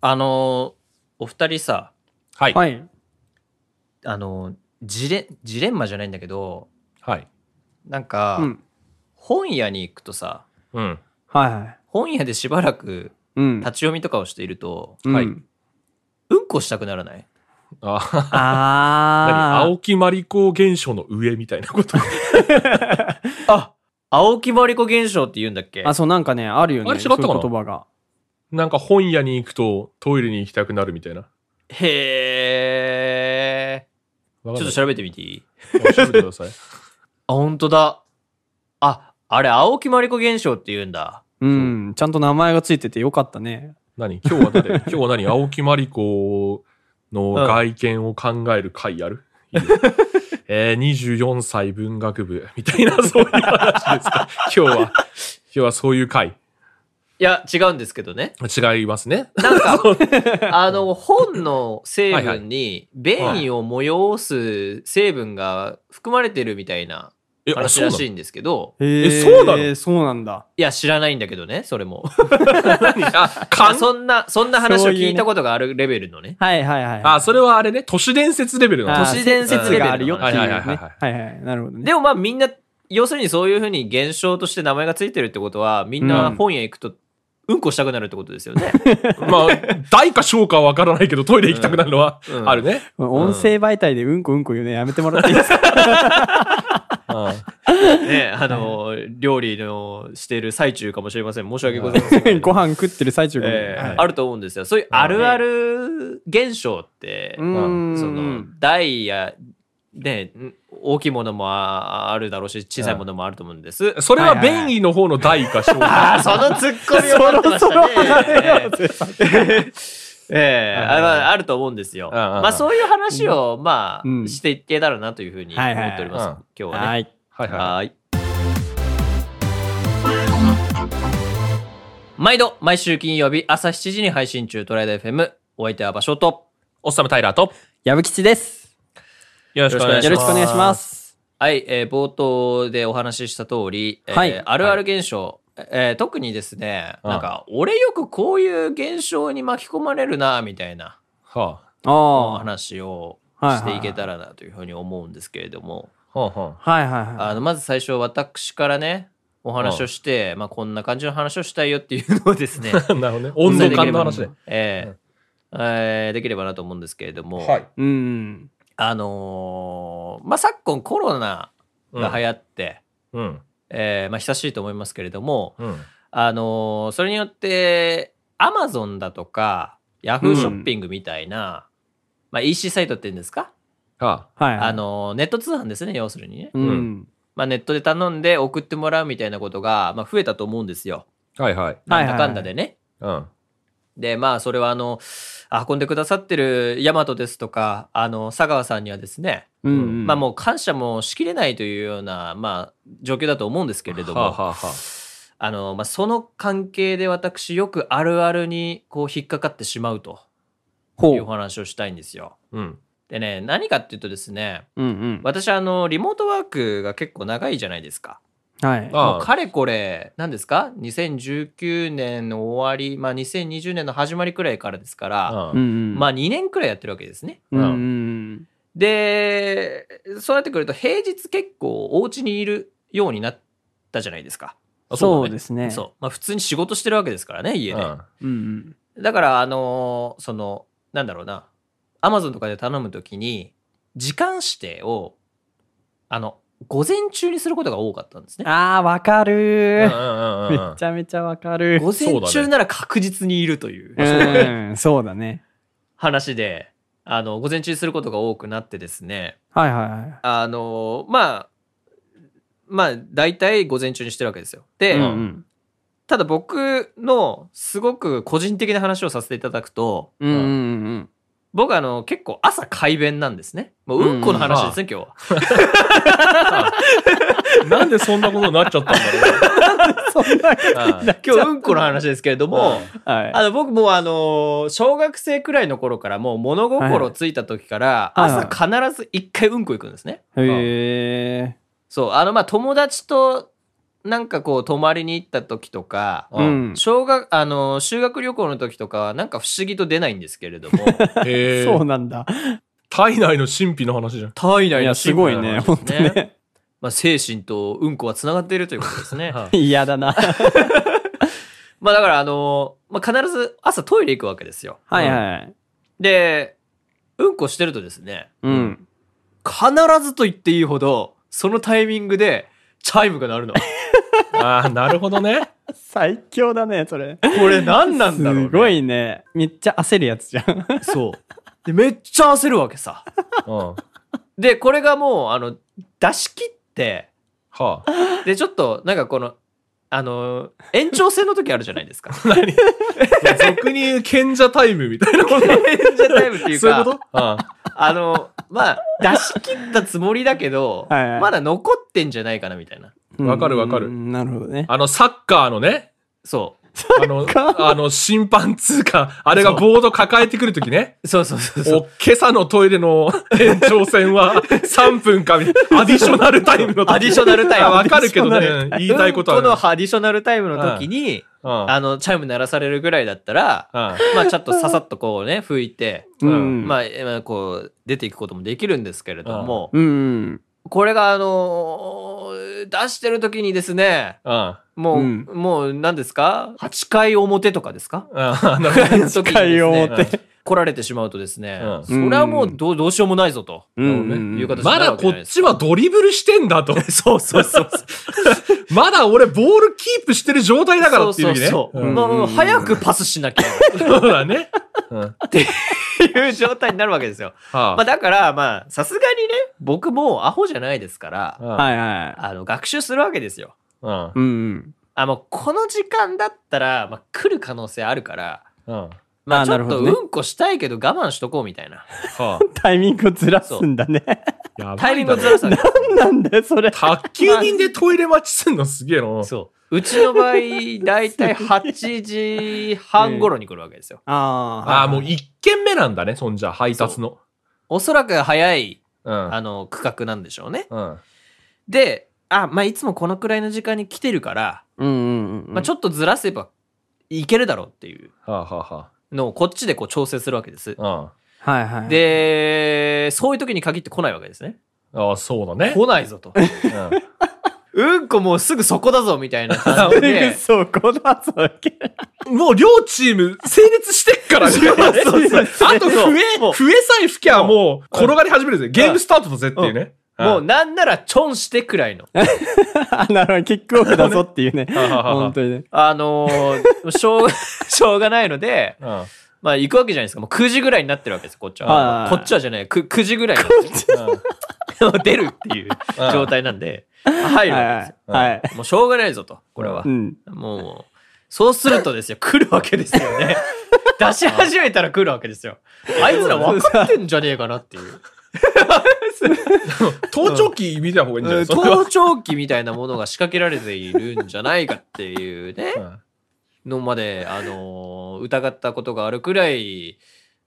あのお二人さはい。はい。あのジレジレンマじゃないんだけどはい。なんか、うん。本屋に行くとさうん。はいはい。本屋でしばらくうん。立ち読みとかをしていると、うんはいうんこしたくならないあ、何あー。青木まりこ現象の上みたいなこと。 あ青木まりこ現象って言うんだっけあ、そう、なんかね、あるよね。あれ違ったかなそういう言葉が。なんか本屋に行くとトイレに行きたくなるみたいな。へえちょちょっと調べてみていい調べてください。 あ本当だああれ青木まりこ現象って言うんだうん。ちゃんと名前がついててよかったね。何今日は誰今日は何青木まりこの外見を考える会やる、 いいよえー、24歳文学部みたいなそういう話で すか今日は今日はそういう会いや違うんですけどね違いますねなんかあの本の成分に便意を催す成分が含まれてるみたいなえあ話そうらなのしいんですけどへーそうなのそうなんだ。いや知らないんだけどねそれもああ勘そんなそんな話そをういうね聞いたことがあるレベルのねはいはいはい。あそれはあれね都市伝説レベルなあのー、都市伝説レベルのがあるよっていうね。ははいいははいいはいははい。なるほどね。でもまあみんな要するにそういうふうに現象として名前がついてるってことはみんなうん本屋行くとうんこしたくなるってことですよね。まあ大か小かわからないけどトイレ行きたくなるのはうんあるね、音声媒体でうんこうんこ言うのやめてもらっていいですかうんねあの料理のしている最中かもしれません申し訳ございませんけれどごも。飯食ってる最中かもえーはいあると思うんですよそういうあるある現象って、うーん。その台や、ね、ん大きいものもああるだろうし小さいものもあると思うんです。それははいはいはい便宜の方の大か小あかあ、そのツッコミ を待ってましそろそろたね。ええ ええうんあまああると思うんですよ。うんうんうんまあそういう話を、まあ、うんしていけたらなというふうに思はいはいはいっております。今日は はね。い。はいははい。毎度、毎週金曜日朝7時に配信中、トライダー FM。お相手は場所と。いおっさむタイラーと矢吹吉です。よろしくお願いしますよろしくお願いします。はい、えー冒頭でお話しした通り、えーはいあるある現象、えー特にですね、うんなんか、俺よくこういう現象に巻き込まれるな、みたいなはおああ。はい話をはいしていけたらなというふうに思うんですけれども、あはあはあはいはあの、まず最初私からね、お話をして、まあ、こんな感じの話をしたいよっていうのをですね、なるほどね。温度感の話で。えーえーできればなと思うんですけれども、はいい。うん。あのーまあ、昨今コロナが流行って、うん。えーまあ、久しいと思いますけれども、うん。あのーそれによってアマゾンだとかヤフーショッピングみたいな、まあ、EC サイトって言うんですか、ははい。あ、のーネット通販ですね要するにね、う。うんまあ、ネットで頼んで送ってもらうみたいなことが、まあ、増えたと思うんですよあ。はいはい。なんだかんだでね。うん。でまあそれはあの運んでくださってるヤマトですとかあの佐川さんにはですね、うん。うんまあもう感謝もしきれないというような、まあ、状況だと思うんですけれども、はあはあはあの、まあ、その関係で私よくあるあるにこう引っかかってしまうとほいうおう。話をしたいんですよ。うん。でね、何かっていうとですね、うんうん。私あの、リモートワークが結構長いじゃないですか。はい。あもうかれこれ、何ですか ?2019 年の終わり、まあ2020年の始まりくらいからですから、ううん。うんん。まあ、あ2年くらいやってるわけですね。うんうん。で、そうなってくると平日結構お家にいるようになったじゃないですか。あそうだでねすね。そう。まあ普通に仕事してるわけですからね、家で。う。うんだから、あのーその、なんだろうな、アマゾンとかで頼むときに、時間指定を、あの、午前中にすることが多かったんですうん。ね。ああ、わかうんう。んるうめんうんちゃめちゃわかる。午前そうだ中ねなら確実にいるといううん。そうだね。 話で、あの、午前中にすることが多くなってですね、はいはいはい。あのーまあ、まあ、大体午前中にしてるわけですよ。で、うんんただ僕のすごく個人的な話をさせていただくと、うん。うんうんうん。僕あの結構朝改便なんですね。もううんこの話ですね、今日は。なんでそんなことになっちゃったんだそんな。ろうな。 今日 うんこの話ですけれども、はい。あの僕もうあのー小学生くらいの頃からもう物心ついた時からはい朝必ず一回うんこ行くんですね。へえ。そうあのまあ友達となんかこう泊まりに行った時とか、うん小学あの修学旅行の時とかはなんか不思議と出ないんですけれど もへえそうなんだ。体内の神秘の話じゃん。体い内や、のす進ご化いのね、話本当ですねね。 まあ、精神とうんこはつながっているということですねはい嫌だな。まあだからあの、まあ、必ず朝トイレ行くわけですよはいはい。でうんこしてるとですねうん。必ずと言っていいほどそのタイミングでチャイムが鳴るのああ、なるほどね。最強だね、それ。これ何なんだろう、ね、すごいね。めっちゃ焦るやつじゃん。そうでめっちゃ焦るわけさうん。はでこれがもうあの出し切ってあ。でちょっとなんかこのあの延長戦の時あるじゃないですか俗に言う賢者タイムみ たいなこと。演者タイムっていうそういかうことああのまあ出し切ったつもりだけどはいはいまだ残ってんじゃないかなみたいなわかるわかるうんなるほどね。あの、サッカーのね、そあのサッ、あの、審判通過、あれがボード抱えてくるときね。うそうそうそうそうお今朝のトイレの延長戦は3分かみたいな、アディショナルタイムの時アディショナルタイムあわかるけどアディショナルね、言いたいことはうんこねのアディショナルタイムの時に、うんあのチャイム鳴らされるぐらいだったら、うんまあちょっとささっとこうね拭いて、うん。まあえまあこう出ていくこともできるんですけれども、うん。これがあのー出してる時にですねうん。もう、うんもう何ですか8回表とかですかうんなるほどの時にですね回表うん来られてしまうとですね、うんそれはもうどうどうしようもないぞと。うなるほどねんいう形まだこっちはドリブルしてんだと。そうそうそう。まだ俺ボールキープしてる状態だからっていうそうね。そうそううんまあもう早くパスしなきゃそうだね。うんはっていう状態になるわけですよ。 まああだからまあさすがにね僕もうアホじゃないですからうんはいはあの学習するわけですよ。うんい。うん。あもうこの時間だったら、まあ、来る可能性あるから、うんはまあ、あちなょっるほどとねうんこしたいけど我慢しとこうみたいな。あタイミングをずらすんだね。やタばイミいングだのずろらさが。なんだよ、それ。宅急便でトイレ待ちすんのすげえな。そう。うちの場合、だいたい8時半頃に来るわけ ですよ。あああ、もう一軒目なんだね、そんじゃ、配達の。おそらく早い、うん。あの、区画なんでしょうね。うん。で、あ、まあ、いつもこのくらいの時間に来てるから、うんうんうん。まあ、ちょっとずらせばいけるだろうっていうはあはのをこっちでこう調整するわけですあ。ははいはい。、。で、そういう時に限って来ないわけですね。あ。うん。ああ、そうだね。来ないぞと。うんうんこもうすぐそこだぞみたいな感じで そこだぞ。もう両チーム成立してっからね。そうそうそうあと笛、もう笛さえ吹きゃもう転がり始めるぜ。ゲームスタートだぜっていうね。もうなんならチョンしてくらいの。あなるほど、キックオフだぞっていうね。はははは本当にね。あのーしょう、しょうが ないので、うん。うん。まあ行くわけじゃないですか。もう9時ぐらいになってるわけです、こっちは。はいこっちはじゃない、9, 9時ぐらいにもう 出るっていう状態なんで、入るはわいけではい。はい。すよ。もうしょうがないぞと、これはう。ん。もう、そうするとですよ、来るわけですよ ね。出し始めたら来るわけですよ。あいつら分かってんじゃねえかなっていう。盗聴器見た方がいいんじゃないそれは盗聴器みたいなものが仕掛けられているんじゃないかっていうね。うんのまで、あのー疑ったことがあるくらい、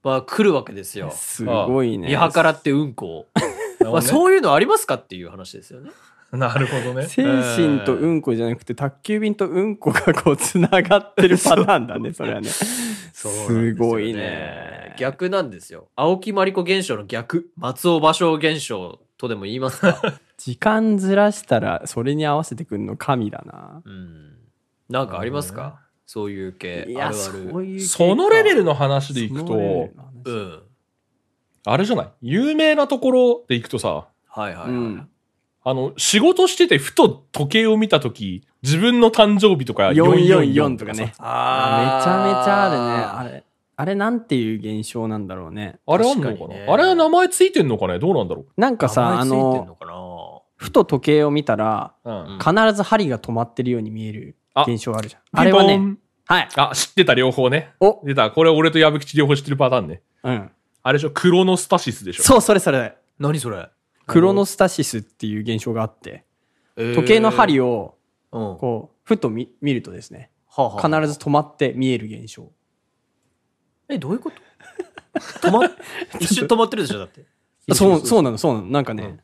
まあ、来るわけですよ。すごいね。見計らってうんこを。まあ、そういうのありますかっていう話ですよね。なるほどね。精神とうんこじゃなくて、宅急便とうんこがこう、つながってるパターンだね、それはね。そうなんですよすごいね逆なんですよ。青木まりこ現象の逆、松尾芭蕉現象とでも言います か。時間ずらしたら、それに合わせてくんの神だな。うん。なんかありますか、なるほそういう系。いあや、るあそる。ういう。そのレベルの話でいくそのレベとル、の話うん。あれじゃない有名なところでいくとさ、はいはいはい。うんあの、仕事しててふと時計を見たとき、自分の誕生日とか444とかね。。めちあゃめちゃあれるね。あれ、あれなんていう現象なんだろうね。あれあんの確かかなにねあれは名前ついてんのかねどうなんだろなんかさ、名前あついてんの、のかふと時計を見たら、ううん。ん必ず針が止まってるように見えるあ現象あるじゃん。あれはピンポね、ンはい。あ、知ってた両方ね。お、出た。これ俺と矢吹吉両方知ってるパターンね。うん。あれでしょクロノスタシスでしょそう、それそれ。な何それクロノスタシスっていう現象があって、時時計の針を、を、うんこう、ふと見見るとですね、はあは必あず止まって見える現象。えどういうこと止 まっ一瞬止まってるでしょだってそう、そうなの、そうなの。なんかね、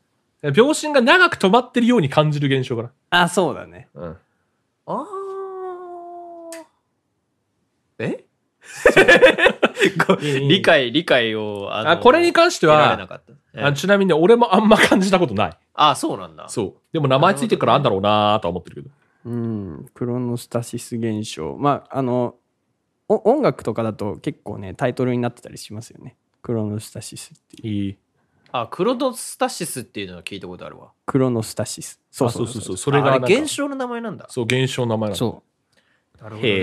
秒針が長く止まってるように感じる現象かあ、そうだね。な。うん。あーえごいいいい理解理解をあのあこれに関して得られなは、かったえあちなみに俺もあんま感じたことない。あそうなんだそう。でも名前ついてるからあんだろうなーとは思ってるけど。うん、クロノスタシス現象。まあ、あの、お音楽とかだと結構ね、タイトルになってたりしますよね。クロノスタシスっていう。いい。あクロノスタシスっていうのは聞いたことあるわクロノスタシス。そあうそそううそそううそ。そうう。それがあなんかれ現象の名前なんだそう、現象の名前なんだ。そなるほどねへえ。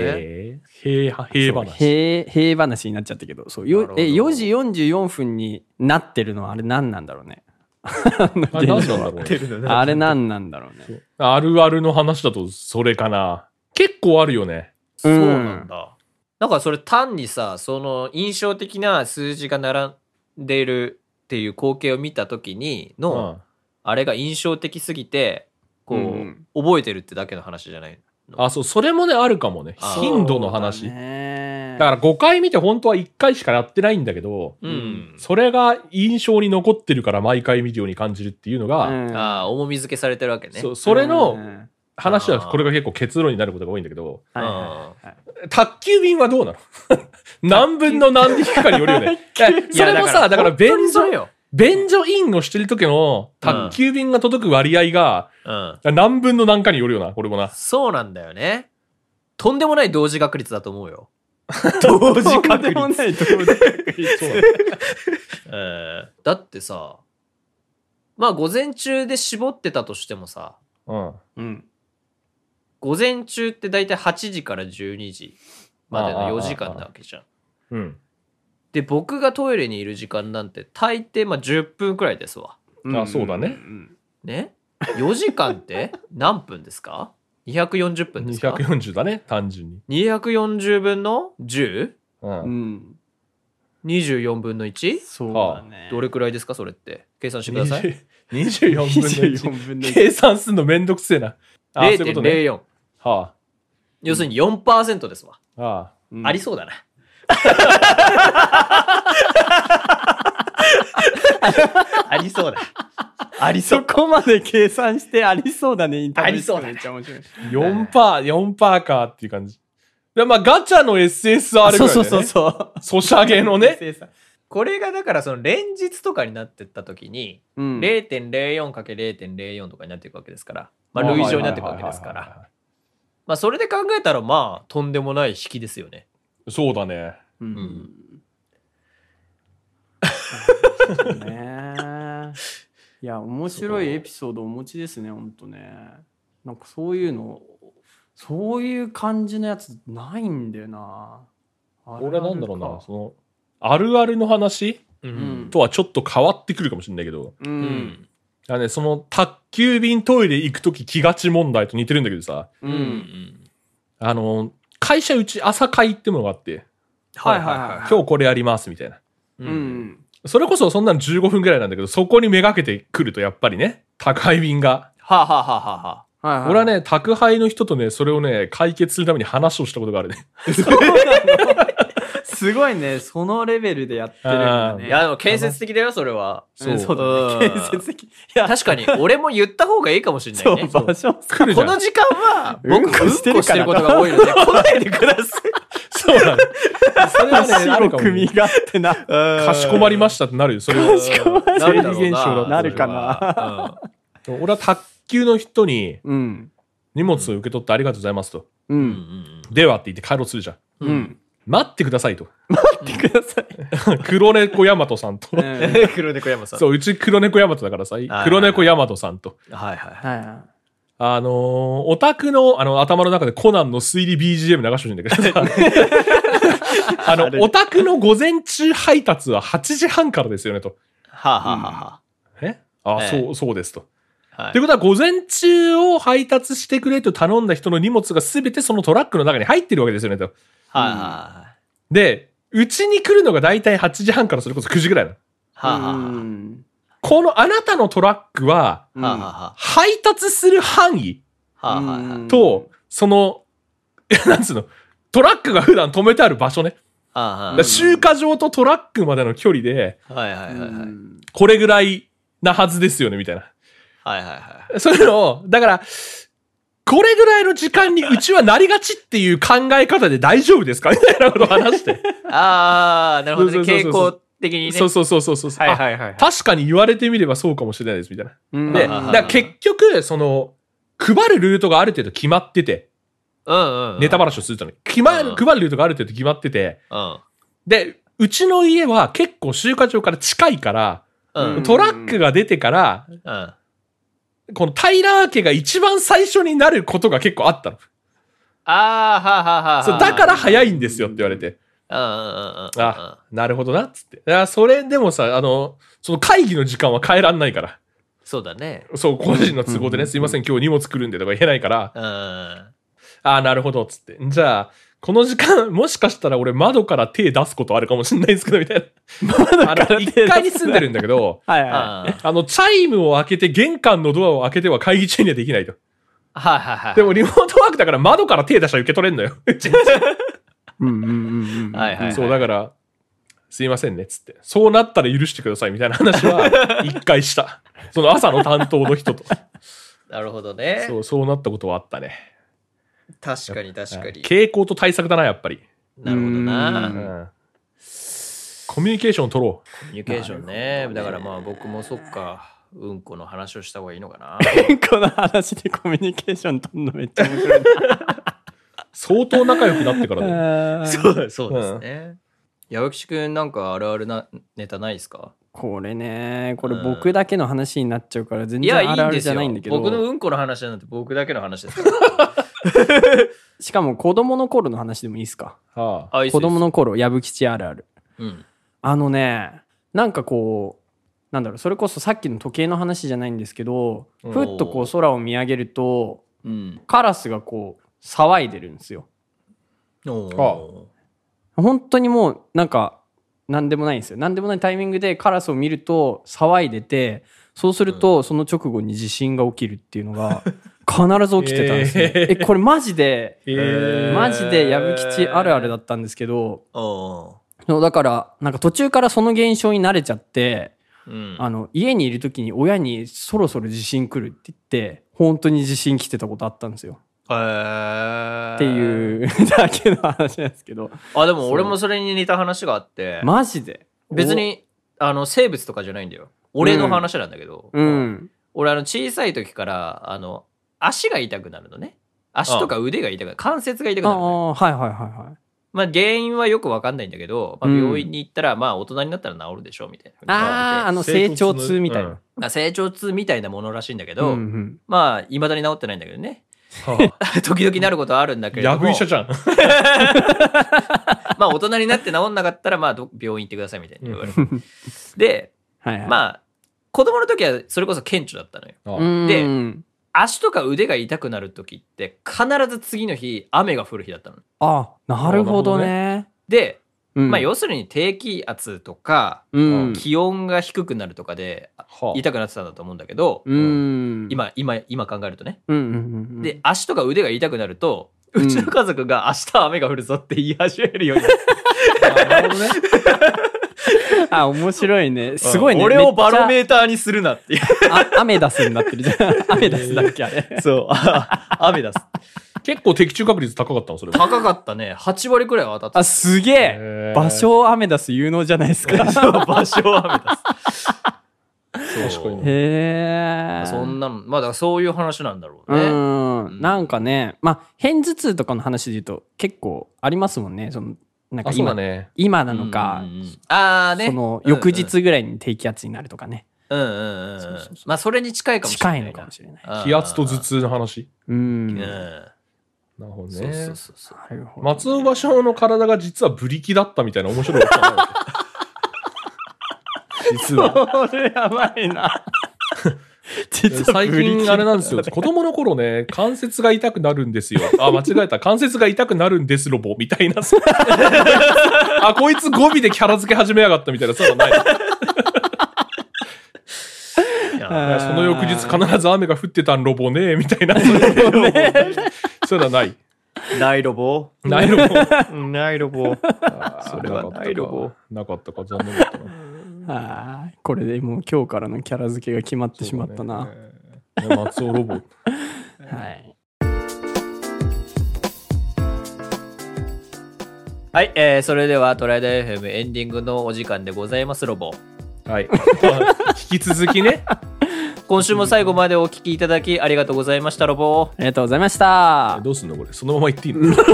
へえ、へえう。話。平平話になっちゃったけど、そう。なよるほどえ、4時44分になってるのはあれ何なんだろうね。あの あれ何現象なんはだろうねあれ何なんだろうね。あるあるの話だとそれかな。結構あるよね。そうなんだ。だからそれ単にさ、その印象的な数字が並んでいるっていう光景を見た時にうの、ん。あれが印象的すぎて、こう、うんうん覚えてるってだけの話じゃないあ、そう、それもね、あるかもね。あー頻度の話。だねから5回見て本当は1回しかやってないんだけど、うんん。それが印象に残ってるから毎回見るように感じるっていうのが、うんああ、重み付けされてるわけね。そうそれうのん話はあーこれが結構結論になることが多いんだけど、はいはいうん宅急便はどうなの 何分の何匹かによるよね。いやそれもさ、だから本当に便そう所、よ。便所インをしてる時の宅急便が届く割合がうん。何分の何かによるよな、これもな。 そうなんだよね。とんでもない同時確率だと思うよ。同時確率。とんでもない同時確率えーだってさ、まあ午前中で絞ってたとしてもさ、うん。 うん。午前中って大体8時から12時までああああの4時間なわけじゃん。うん。で僕がトイレにいる時間なんて大抵まあ10分くらいですわ。あそうだねうん。ね ?4 時間って何分ですか ?240 分ですか240だね、単純に。 ?240 分のうん。うん。 10?24 分の 1? そうだね。どれくらいですかそれって。計算してください。 20 24分の1 24分の1。計算するのめんどくせえな。あーそういうことね。 0.04。は要するに4%ですわ。あ。あうんありそうだな。ありそうだ。ありそ。そうこまで計算してありそうだね、インターネットありそうだねめっちゃ面白い。あ。4%、4%かっていう感じ。でまあ、ガチャの SSR ぐらいだよそね。うそうそうそう。ソシャゲのね。生産これがだからその連日とかになってった時に、うん。 0.04×0.04 とかになっていくわけですから、まあ、類乗になっていくわけですかはいはいらはいはまあそれで考えたらまあとんでもない引きですよねい。そうだね。うん。ね いや、面白いエピソードお持ちですね、ほんとね。なんかそういうの、そういう感じのやつないんだよな。あれ俺はなんだろうな、その、あるあるの話ううんとはちょっと変わってくるかもしれないけど、うう。んんあのね、その、宅急便トイレ行くとき気がち問題と似てるんだけどさ、ううんん。あの、会社うち朝会ってものがあって、はいはいは今日これやりますみたいな。い、ううんん。それこそそんなの15分ぐらいなんだけど、そこにめがけてくるとやっぱりね、宅配便が。はあ、はあはあはあははいはい。俺はね、宅配の人とね、それをね、解決するために話をしたことがあるね。すごいね、そのレベルでやってるんだあ、ね。いやでも建設的だよそれはそううんそうだうねん。建設的。いや、確かに俺も言った方がいいかもしれない そう、ね場所来るじこゃん。の時間は僕うんうんここししててるるこからとが多いので来ないでくださいそうなの。 それはね、あ白るかも組がってな。かしこまりましたってなるよ、それは。なるだろう生理現象だなるかな俺は卓球の人にうん。荷物を受け取ってありがとうございますと。う。うんんではって言って帰ろうとするじゃん。ううんうんん。待ってくださいと。待ってください。 黒猫大和さんと。はい黒猫山さんそう、うち黒猫大和だからさはい、黒猫大和さんと。はいはいはいはあのーオタクの、あの、頭の中でコナンの推理 BGM 流してほしいんだけ どさ あの、オタクの午前中配達は8時半からですよね、と。はあはあはあはえあ、ええそう、そうですと。あはいということは、午前中を配達してくれと頼んだ人の荷物が全てそのトラックの中に入ってるわけですよね、と。はいはいはいで、うちに来るのが大体8時半からそれこそ9時ぐらいなの。あはあはあはあうんこのあなたのトラックは、はあは配達する範囲あはあはあはあと、その、 いやなんつうの、トラックが普段止めてある場所ね。はあはだあから集荷場とトラックまでの距離で、はいはいはいはいはいこれぐらいなはずですよね、みたいな。はいはいはいそういうのを、だから、これぐらいの時間にうちはなりがちっていう考え方で大丈夫ですか みたいなことを話して。ああ、なるほどね。そうそうそう傾そう向的にね。そうそうそうそうそう。はいはいはい、はいあ。確かに言われてみればそうかもしれないです、みたいな。うんで、あーだから結局、その、配るルートがある程度決まってて、うんうん。ネタ話をするために。決まうる、ん配るルートがある程度決まってて、で、うちの家は結構集荷場から近いから、うん。うん。うんトラックが出てから、うん。このタイラー家が一番最初になることが結構あったの。ああ、はあはあはあ。そうだから早いんですよって言われて、うんうんうんうんうん。あ、なるほどな、っつって。いや、それでもさ、あの、その会議の時間は変えらんないから。そうだね。そう、個人の都合でね、すいません、今日荷物来るんでとか言えないから、うんうん。ああ、なるほど、っつって。じゃあ、この時間、 もしかしたら俺窓から手出すことあるかもしんないですけど、みたい な。あの、1階に住んでるんだけど、 はいうんははいあの、チャイムを開けて玄関のドアを開けては会議中にはできないと。はいはい。でもリモートワークだから窓から手出したら受け取れんのよ。い。うんうんうんうん。はいはいはいそう、だから、すいませんね、つって。そうなったら許してください、みたいな話 は、一回した。その朝の担当の人と。なるほどね。そう、そうなったことはあったね。確かに確かに。傾向と対策だな、やっぱり。なるほどな。ううんん。コミュニケーションを取ろ。コミュニケーションね。だからまあ僕もそっか、うんこの話をした方がいいのかな。この話でコミュニケーション取るのめっちゃ面 白いう相当仲良くなってから ね。なそうそうですね。矢吹くんなんかあるあるなネタないですかこれね、これうん僕だけの話になっちゃうから全いや、い然あるいんあでるすじゃよないんだけ。ど。僕のうんこの話なんて僕だけの話です から。しかも子供の頃の話でもいいですかはあ、あいいっす子供いいっの頃、矢吹吉あるある。すうん。あのね、なんかこう、なんだろう、それこそさっきの時計の話じゃないんですけど、うんふっとこう空を見上げると、うん。カラスがこう、騒いでるんですよ。おーあ本当にもうなんか何でもないんですよ何でもないタイミングでカラスを見ると騒いでてそうするとその直後に地震が起きるっていうのが必ず起きてたんです ね、ええこれマジでえーマジで矢吹吉あるあるだったんですけどおそうだからなんか途中からその現象に慣れちゃってーうん。あの家にいる時に親にそろそろ地震来るって言って本当に地震来てたことあったんですよへーっていう だけの話なんですけどあでも俺もそれに似た話があってマジで別にあの生物とかじゃないんだよ俺の話なんだけど、うん俺あの小さい時からあの足が痛くなるのね足とか腕が痛くなる関節が痛くあなるのよあはいはいはいはいまあ、原因はよく分かんないんだけど、まあ、うん病院に行ったら、まあ大人になったら治るでしょうみたいなあーああの成長痛みたいな。まあ、成長痛みたいなものらしいんだけうんど、うんまあいまだに治ってないんだけどねは あ時々なることはあるんだけれヤどブも医者じゃん。まあ大人になって治んなかったら、まあど病院行ってくださいみたいな言われて、ではいはい。まあ子供の時はそれこそ顕著だったのよあうんで足とか腕が痛くなる時って必ず次の日雨が降る日だったのあ、なるほどね。で、うんまあ要するに低気圧とかうん。気温が低くなるとかではあ痛くなってたんだと思うんだけど、うん。今今今考えるとね、うんうんうんうん。で、足とか腕が痛くなるとうんうちの家族が明日雨が降るぞって言い始めるようになったなるほ どね。あ、面白いね。すごいね。俺をバローメーターにするなっていうアメダスになってるじゃん。アメダスだっけあ れ。そうあ雨だす結構的中確率高かったの、それは。高かったね8割くらいは当たあ、ってすげえ。へー場所アメダス有能じゃないですか。た そう場所は雨だす確かに へえ。そんなのまあだからそういう話なんだろうね、うん。なんかね、まあ、片頭痛とかの話で言うと結構ありますもんね。その、なんかあ、そうだ今、ね。今なのかうん、うんうんああねその翌日ぐらいに低気圧になるとかね。うんうんうんうんそうそうそうまあそれに近いかもしれな近いいなのかもしれない。うん気圧と頭痛の話。ううんん。なそなるほうどねそう。そうそうるほど。松尾芭蕉の体が実はブリキだったみたいな面白いことがある。実は。 これやばいな。 実は最ブリキ近あれなんですよ。子供の頃ね、関節が痛くなるん ですよ。あ、間違えた。関節が痛くなるんですロボみたいな。 そうあ、こいつ語尾でキャラ付け始めやがったみたいな。そうじゃない。い やその翌日必ず雨が降ってたんロボね、 みたいな。 そうじゃない。ないロボない ロボ。ないロボそれはないロボ。なかったか、残念だったな。あーこれでもう今日か らのキャラ付けが決まってしまったな。そうだね。ね松尾ロボ。はい。はい、えーそれではトライダー FM エンディングのお時間でございますロボはい。 引き続きね。今週も最後までお聞きいただきありがとうございましたロボありがとうございました。どうすんのこれ。そのまま言っていいの こ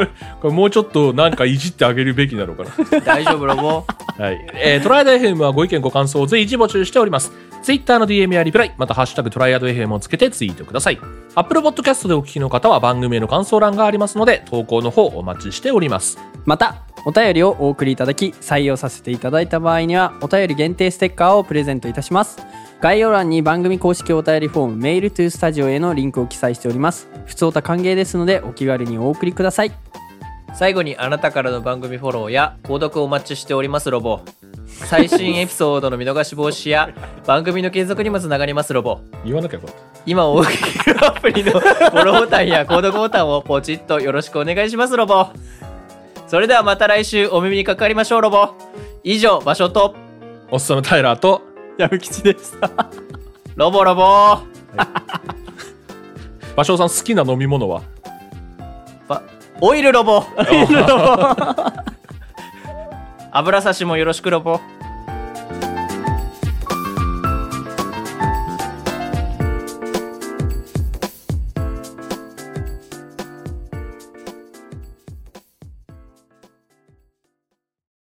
れ、これもうちょっとなんかいじってあげるべきなのかな。大丈夫ロボはい。えートライアド FM はご意見ご感想を随時募集しております。Twitter の DM やリプライ、またハッシュタグトライアド FM をつけてツイートください。Apple Podcast でお聞きの方は番組への感想欄がありますので、投稿の方お待ちしております。また、お便りをお送りいただき、採用させていただいた場合には、お便り限定ステッカーをプレゼントいたします。概要欄に番組公式お便りフォーム、メールトゥースタジオへのリンクを記載しております。普通た歓迎ですので、お気軽にお送りください。最後にあなたからの番組フォローや購読お待ちしておりますロボ最新エピソードの見逃し防止や番組の継続にもつながりますロボ言わなきゃよかった。今お聞きのアプリのフォローボタンや購読ボタンをポチッとよろしくお願いしますロボそれではまた来週お耳にかかりましょうロボ以上場所とおっさんのタイラーと、矢吹でした。ロボロボ芭蕉さん好きな飲み物はばオ イルロボ油差しもよろしくロボ